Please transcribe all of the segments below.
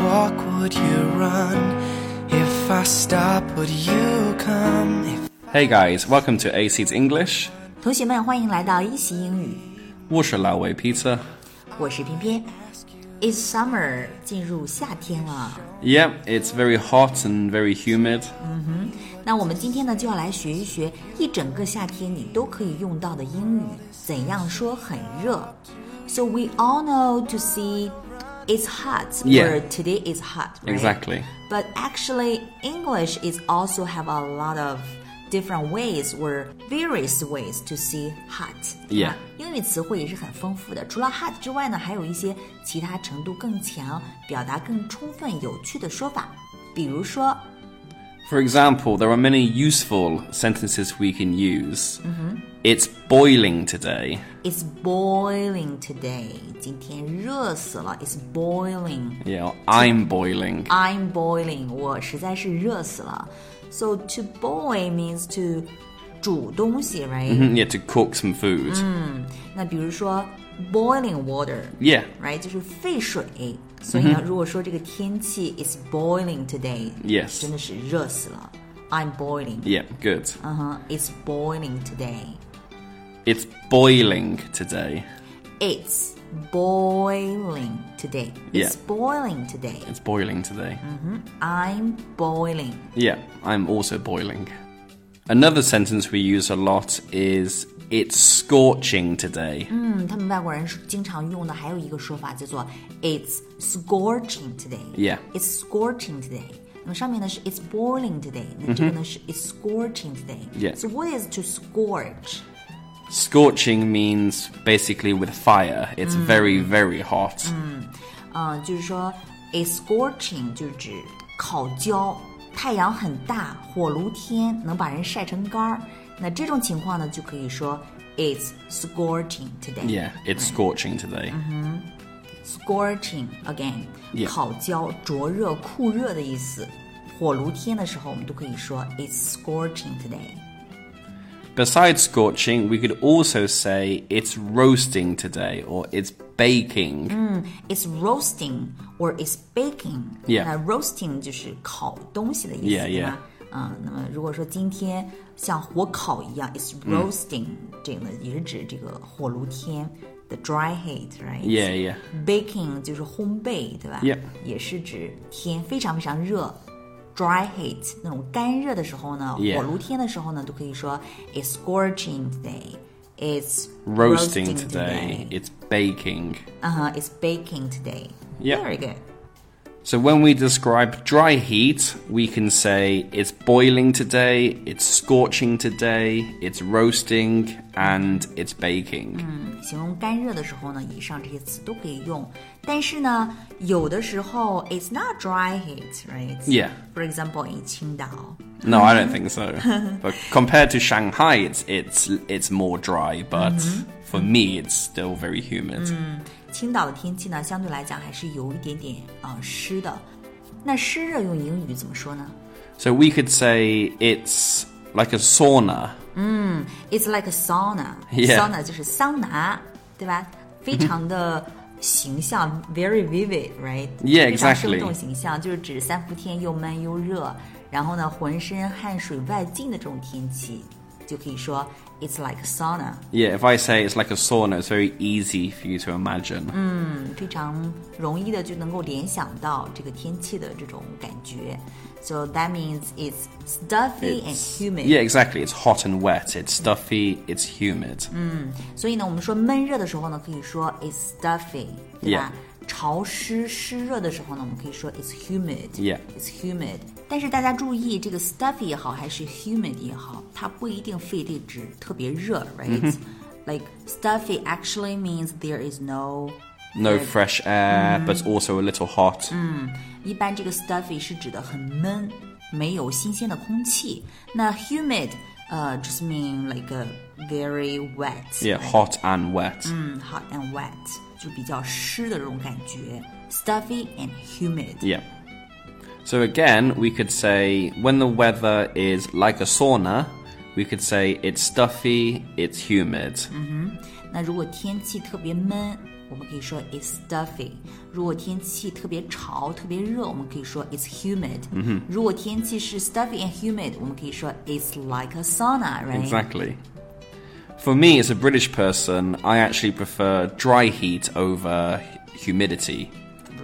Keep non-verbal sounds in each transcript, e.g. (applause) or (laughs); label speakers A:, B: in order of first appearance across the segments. A: walk, would you run? If I stop, would you come? If
B: Hey guys, welcome to AC's English.
C: 同学们，欢迎来到一席英语，
B: 我是老魏 Peter.
C: 我是偏偏。It's summer，进入夏天了。
B: Yep, it's very hot and very humid.
C: 那我们今天呢，就要来学一学一整个夏天你都可以用到的英语，怎样说很热。So we all know to see it's hot
B: Yeah.
C: or today is hot. right?
B: Exactly.
C: But actually, English is also have a lot of different ways or various ways to see hot.
B: Yeah.
C: 啊英语词汇也是很丰富的，除了 hot 之外呢，还有一些其他程度更强、表达更充分、有趣的说法，比如说
B: For example, there are many useful sentences we can use. It's boiling today.
C: "It's boiling today." 今天热死了。It's boiling.
B: Yeah, or I'm boiling.
C: I'm boiling. 我实在是热死了。So to boil means to 煮东西，right？、
B: Mhm, (laughs) Yeah, to cook some food.
C: 那比如说 boiling water。
B: Yeah,
C: right 就是沸水，所以呢，如果说这个天气 is boiling today，
B: Yes
C: 真的是热死了，I'm boiling，
B: yeah, good.
C: 嗯哼、i t s boiling today，it's
B: It's boiling today.
C: boiling today，it's
B: Yeah
C: boiling today，I'm
B: It's boiling today.
C: boiling，
B: Yeah, I'm also boiling. Another sentence we use a lot is it's scorching today.
C: 嗯，他们外国人是经常用的还有一个说法叫做 it's scorching
B: Yeah
C: today，yeah，it's scorching today。那么上面呢是 it's boiling today，那这个呢是 it's scorching today。
B: 嗯 Yeah
C: So what is to scorch？
B: Scorching means basically with fire. It's very, very hot.
C: 呃，就是说，a scorching 就指烤焦，太阳很大，火炉天能把人晒成干儿。那这种情况呢，就可以说 it's scorching today。
B: Yeah, it's scorching today.
C: scorching again，、
B: Yeah
C: 烤焦、灼热、酷热的意思。火炉天的时候，我们都可以说 it's scorching today。
B: Besides scorching, we could also say it's roasting today or it's baking.
C: It's roasting or it's baking。
B: Yeah.
C: 那 roasting 就是烤东西的意思
B: Yeah,
C: 对吧？嗯，那么如果说今天像火烤一样，it's
B: Mm
C: roasting，、这个呢也是指这个火炉天，the dry heat，right？
B: Yeah, yeah.
C: Baking 就是烘焙，对吧
B: Yeah
C: 也是指天非常非常热，dry heat 那种干热的时候呢
B: Yeah
C: 火炉天的时候呢，都可以说 it's scorching today，it's
B: Roasting,
C: roasting
B: today,
C: today
B: it's baking.
C: 嗯哼，it's baking today。
B: Yeah.
C: Very good.
B: So when we describe dry heat, we can say it's boiling today, it's scorching today, it's roasting, and it's baking.
C: 形容干热的时候呢，以上这些词都可以用。但是呢，有的时候 it's not dry heat, right?
B: Yeah.
C: For example, in 青岛
B: No, I don't think
C: (laughs)
B: so. but compared to Shanghai, it's it's it's more dry, but
C: Mm-hmm.
B: for me, it's still very humid.
C: 青岛的天气呢，相对来讲还是有一点点啊、呃湿的。那湿热用英语怎么说呢
B: So we could say it's like a sauna.
C: ？It's like a sauna.
B: (laughs) Yeah.
C: Sauna 就是桑拿，对吧？非常的形象，very
B: (laughs)
C: vivid, right?
B: Yeah,
C: 非常生
B: exactly.
C: 动形象，就是指三伏天又闷又热，然后呢浑身汗水外浸的这种天气，就可以说 It's like a sauna，
B: Yeah, if I say it's like a sauna, it's very easy for you to imagine.
C: Mm. 嗯非常容易的就能够联想到这个天气的这种感觉。So that means it's stuffy and
B: It's-
C: humid.
B: Yeah, exactly. It's hot and wet. It's stuffy. It's humid.
C: Mm. 所以呢，我们说闷热的时候呢，可以说 it's stuffy，对吧潮湿、湿热的时候呢，我们可以说 it's humid，it's
B: Yeah
C: humid。但是大家注意，这个 stuffy 也好，还是 humid 也好，它不一定非得指特别热，right？、Like
B: 嗯
C: stuffy actually means there is no。
B: No fresh air,
C: Mm.
B: but also a little hot.
C: 一般这个 stuffy 是指的很闷，没有新鲜的空气。那 humid，呃、j u s t mean like a very wet。
B: Yeah, hot and wet.
C: 嗯，hot and wet 就比较湿的这种感觉，stuffy and humid。
B: Yeah. So again, we could say when the weather is like a sauna, we could say it's stuffy, it's humid.
C: 那如果天气特别闷，我们可以说 it's stuffy；如果天气特别潮、特别热，我们可以说 it's humid。
B: 嗯
C: 如果天气是 stuffy and humid，我们可以说 it's like a sauna，right？
B: Exactly. For me, as a British person, I actually prefer dry heat over hu- humidity.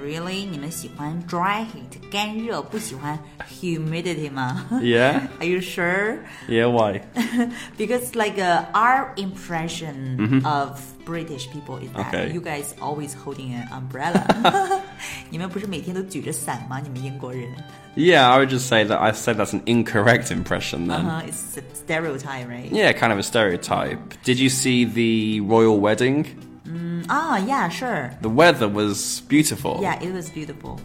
C: Really？你们喜欢 dry heat 干热，不喜欢 humidity 吗
B: Yeah?
C: ？Are you sure？
B: Yeah, why?
C: Because like uh, our impression of British people is that
B: Mm-hmm. Okay.
C: you guys always holding an
B: (laughs)
C: umbrella. (laughs) 你们不是每天都举着伞吗？你们英国人
B: Yeah, I would just say that I said that's an incorrect impression then.
C: 啊、i t s Uh-huh. a stereotype, right?
B: Yeah, kind of a stereotype. Did you see the royal wedding?
C: Ah, yeah, sure.
B: The weather was beautiful.
C: Yeah, it was beautiful.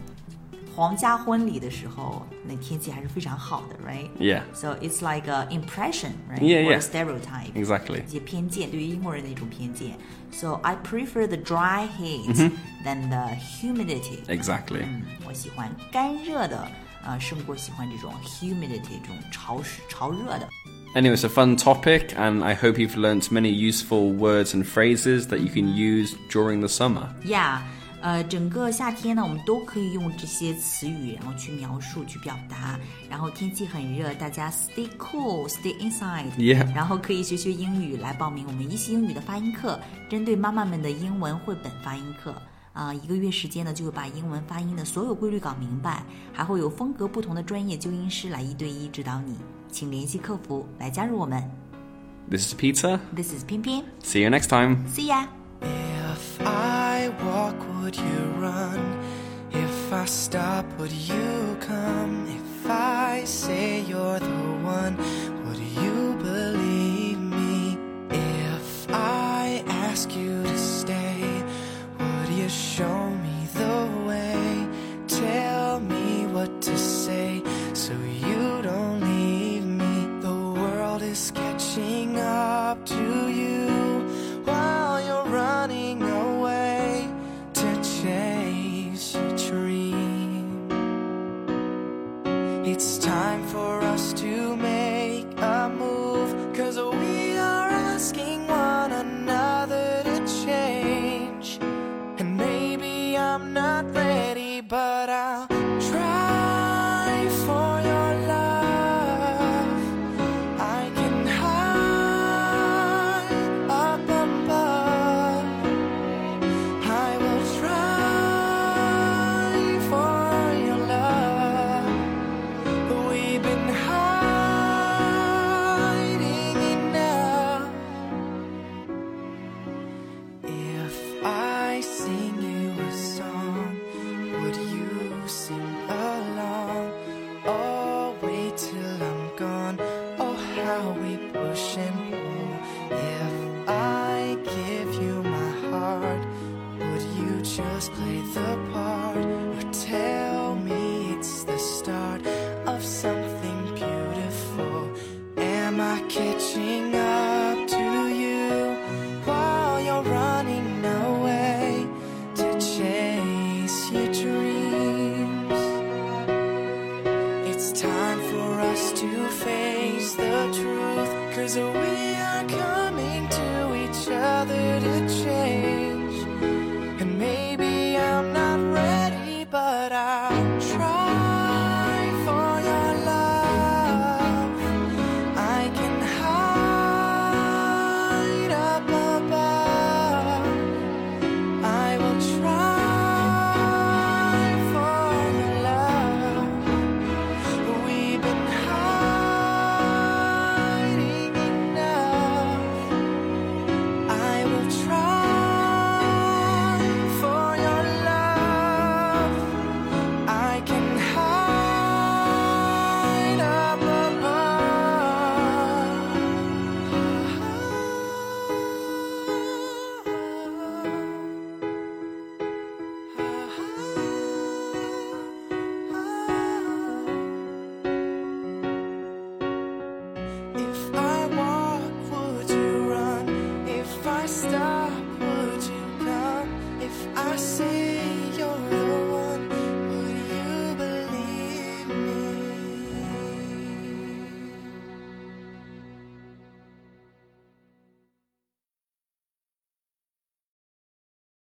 C: 皇家婚礼的时候，那天气还是非常好的，right?
B: Yeah.
C: So it's like a impression, right?
B: Yeah,
C: Or a
B: yeah.
C: stereotype.
B: Exactly.
C: 一些偏见，对于英国人的一种偏见。So I prefer the dry heat than the humidity.
B: 哎 Exactly.
C: 嗯，我喜欢干热的，呃，胜过喜欢这种 humidity 这种潮湿潮热的。
B: Anyway, it's a fun topic, and I hope you've learnt many useful words and phrases that you can use during the summer.
C: Yeah，呃，整个夏天呢，我们都可以用这些词语，然后去描述、去表达。然后天气很热，大家 stay cool，stay inside。
B: Yeah
C: 然后可以学学英语，来报名我们一席英语的发音课，针对妈妈们的英文绘本发音课。啊、一个月时间呢，就会把英文发音的所有规律搞明白，还会有风格不同的专业纠音师来一对一指导你。请联系客服来加入我们。
B: This is Peter.
C: This is 偏偏
B: See you next time.
C: ，See ya。
A: If I walk, would you run? If I stop, would you come? If I say you're the one, would you believe me? If I ask you to stay, would you show me the way? Tell me what to say so you don't leave me. The world is catching up to you while you're running away to chase your dream. It's time for us to make a move, cause we are asking one another to change. And maybe I'm not ready, but I'll try for your love. I can hide up above. I will try for your love. We've been hiding enough. If I sing you a song, would you sing along? Or wait till I'm gone? Oh, how we push and pull. If I give you my heart, would you just play the part? Or tell me it's the start of something beautiful? Am I catching up to you while you're running away to chase your dreams? It's time for us to face the truth, cause we are coming to each other to change. And maybe I'm not ready, but I'll try for your love. I can hide up above. I will try for your love. We've been hiding enough. I will try for your love. I can hide up above. If I walk, would you run? If I stop, would you come? If I say